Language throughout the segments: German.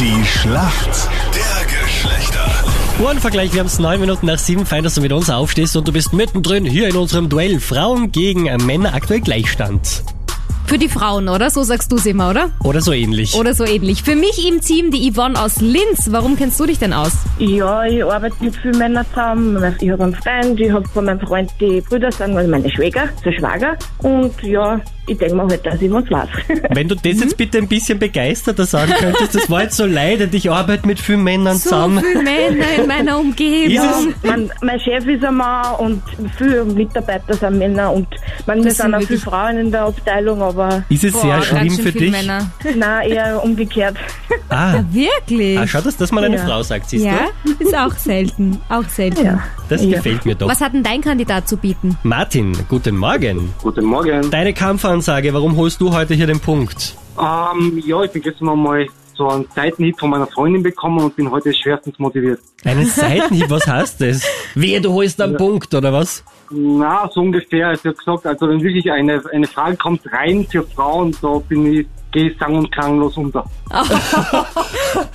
Die Schlacht der Geschlechter. Uhrenvergleich, wir haben es neun Minuten nach sieben. Fein, dass du mit uns aufstehst und du bist mittendrin hier in unserem Duell Frauen gegen Männer aktuell Gleichstand. Für die Frauen, oder? So sagst du es immer, oder? Oder so ähnlich. Oder so ähnlich. Für mich im Team die Yvonne aus Linz. Warum kennst du dich denn aus? Ja, ich arbeite mit vielen Männern zusammen. Ich habe einen Freund, ich habe von meinem Freund die Brüder, sind also meine Schwäger, so Schwager. Und ja, ich denke mir halt, dass ich was weiß. Wenn du das Mhm. jetzt bitte ein bisschen begeisterter sagen könntest, das war jetzt so leidend, ich arbeite mit vielen Männern So zusammen. viele Männer in meiner Ist Umgebung. Ähm, mein, mein Chef ist ein Mann und viele Mitarbeiter sind Männer und man, wir Das sind sind auch viele wirklich- Frauen in der Abteilung, aber Ist es Boah, sehr ganz schlimm schön für viele dich? Männer. na eher umgekehrt. Ah, Wirklich? ah, schau, dass das mal eine Ja. Frau sagt, siehst ja, ist auch selten. Auch selten. Ja. du? Das Ja. gefällt mir doch. Was hat denn dein Kandidat zu bieten? Martin, guten Morgen. Guten Morgen. Deine Kampfansage, warum holst du heute hier den Punkt? Ähm, ja, ich bin gestern einmal so einen Seitenhieb von meiner Freundin bekommen und bin heute schwerstens motiviert. Einen Seitenhieb, was heißt das? Wehe, du holst einen Punkt, oder was? Na, so ungefähr. Also ich hab gesagt, also wenn wirklich eine, eine Frage kommt rein für Frauen, da bin ich, gehe ich sang- und klanglos unter.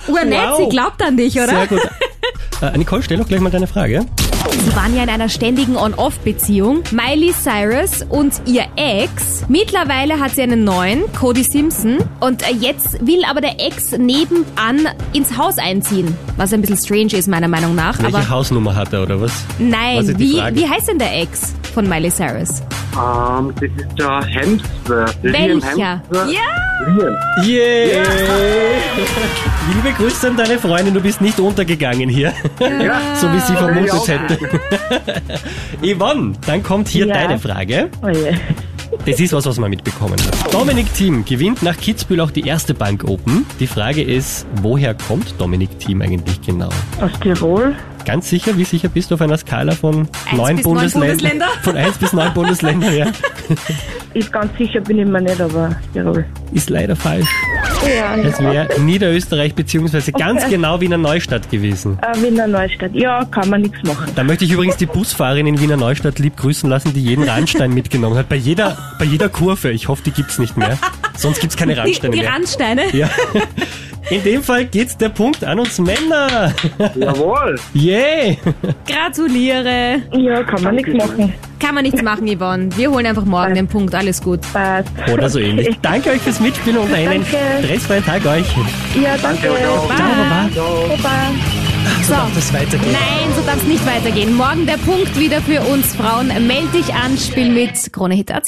Urnett, Wow. sie glaubt an dich, oder? Sehr gut. Äh, Nicole, stell doch gleich mal deine Frage. Sie waren ja in einer ständigen On-Off-Beziehung. Miley Cyrus und ihr Ex. Mittlerweile hat sie einen neuen, Cody Simpson. Und äh, jetzt will aber der Ex nebenan ins Haus einziehen. Was ein bisschen strange ist, meiner Meinung nach. Welche aber Hausnummer hat er, oder was? nein, was ist die wie, Frage? wie heißt denn der Ex von Miley Cyrus? Ähm, das ist der Hemsworth. Liam Welcher? Hemsworth. Ja! Liam. Yeah! Liebe Grüße an deine Freundin, du bist nicht untergegangen hier, Ja. so wie sie vermutet Ja. hätte. Yvonne, dann kommt hier Ja. deine Frage. Oh je. Das ist was, was man mitbekommen hat. Dominik Thiem gewinnt nach Kitzbühel auch die erste Bank Open. Die Frage ist, woher kommt Dominik Thiem eigentlich genau? Aus Tirol? Ganz sicher, wie sicher bist du auf einer Skala von Eins neun bis neun Bundesländern? Bundesländer? Von eins bis neun Bundesländern, ja. Ich ganz sicher bin ich mir nicht, aber Tirol. Ist leider falsch. Es wäre Niederösterreich beziehungsweise ganz genau Wiener Neustadt gewesen. Äh, Wiener Neustadt. Ja, kann man nichts machen. Da möchte ich übrigens die Busfahrerin in Wiener Neustadt lieb grüßen lassen, die jeden Randstein mitgenommen hat. Bei jeder, bei jeder Kurve. Ich hoffe, die gibt's nicht mehr. Sonst gibt's keine Die, Randsteine die mehr. Randsteine? Ja. In dem Fall geht's der Punkt an uns Männer. Jawohl. Yay! Gratuliere! Ja, kann man nichts machen. Kann man nichts machen, Yvonne. Wir holen einfach morgen den Punkt. Alles gut. Passt. Oder so ähnlich. Danke euch fürs Mitspielen und einen Danke. stressfreien Tag euch. Ja, Äh, danke. ciao. Baba. Baba. So darf das weitergehen. Nein, so darf es nicht weitergehen. Morgen der Punkt wieder für uns Frauen. Meld dich an, spiel mit Krone Hit AT.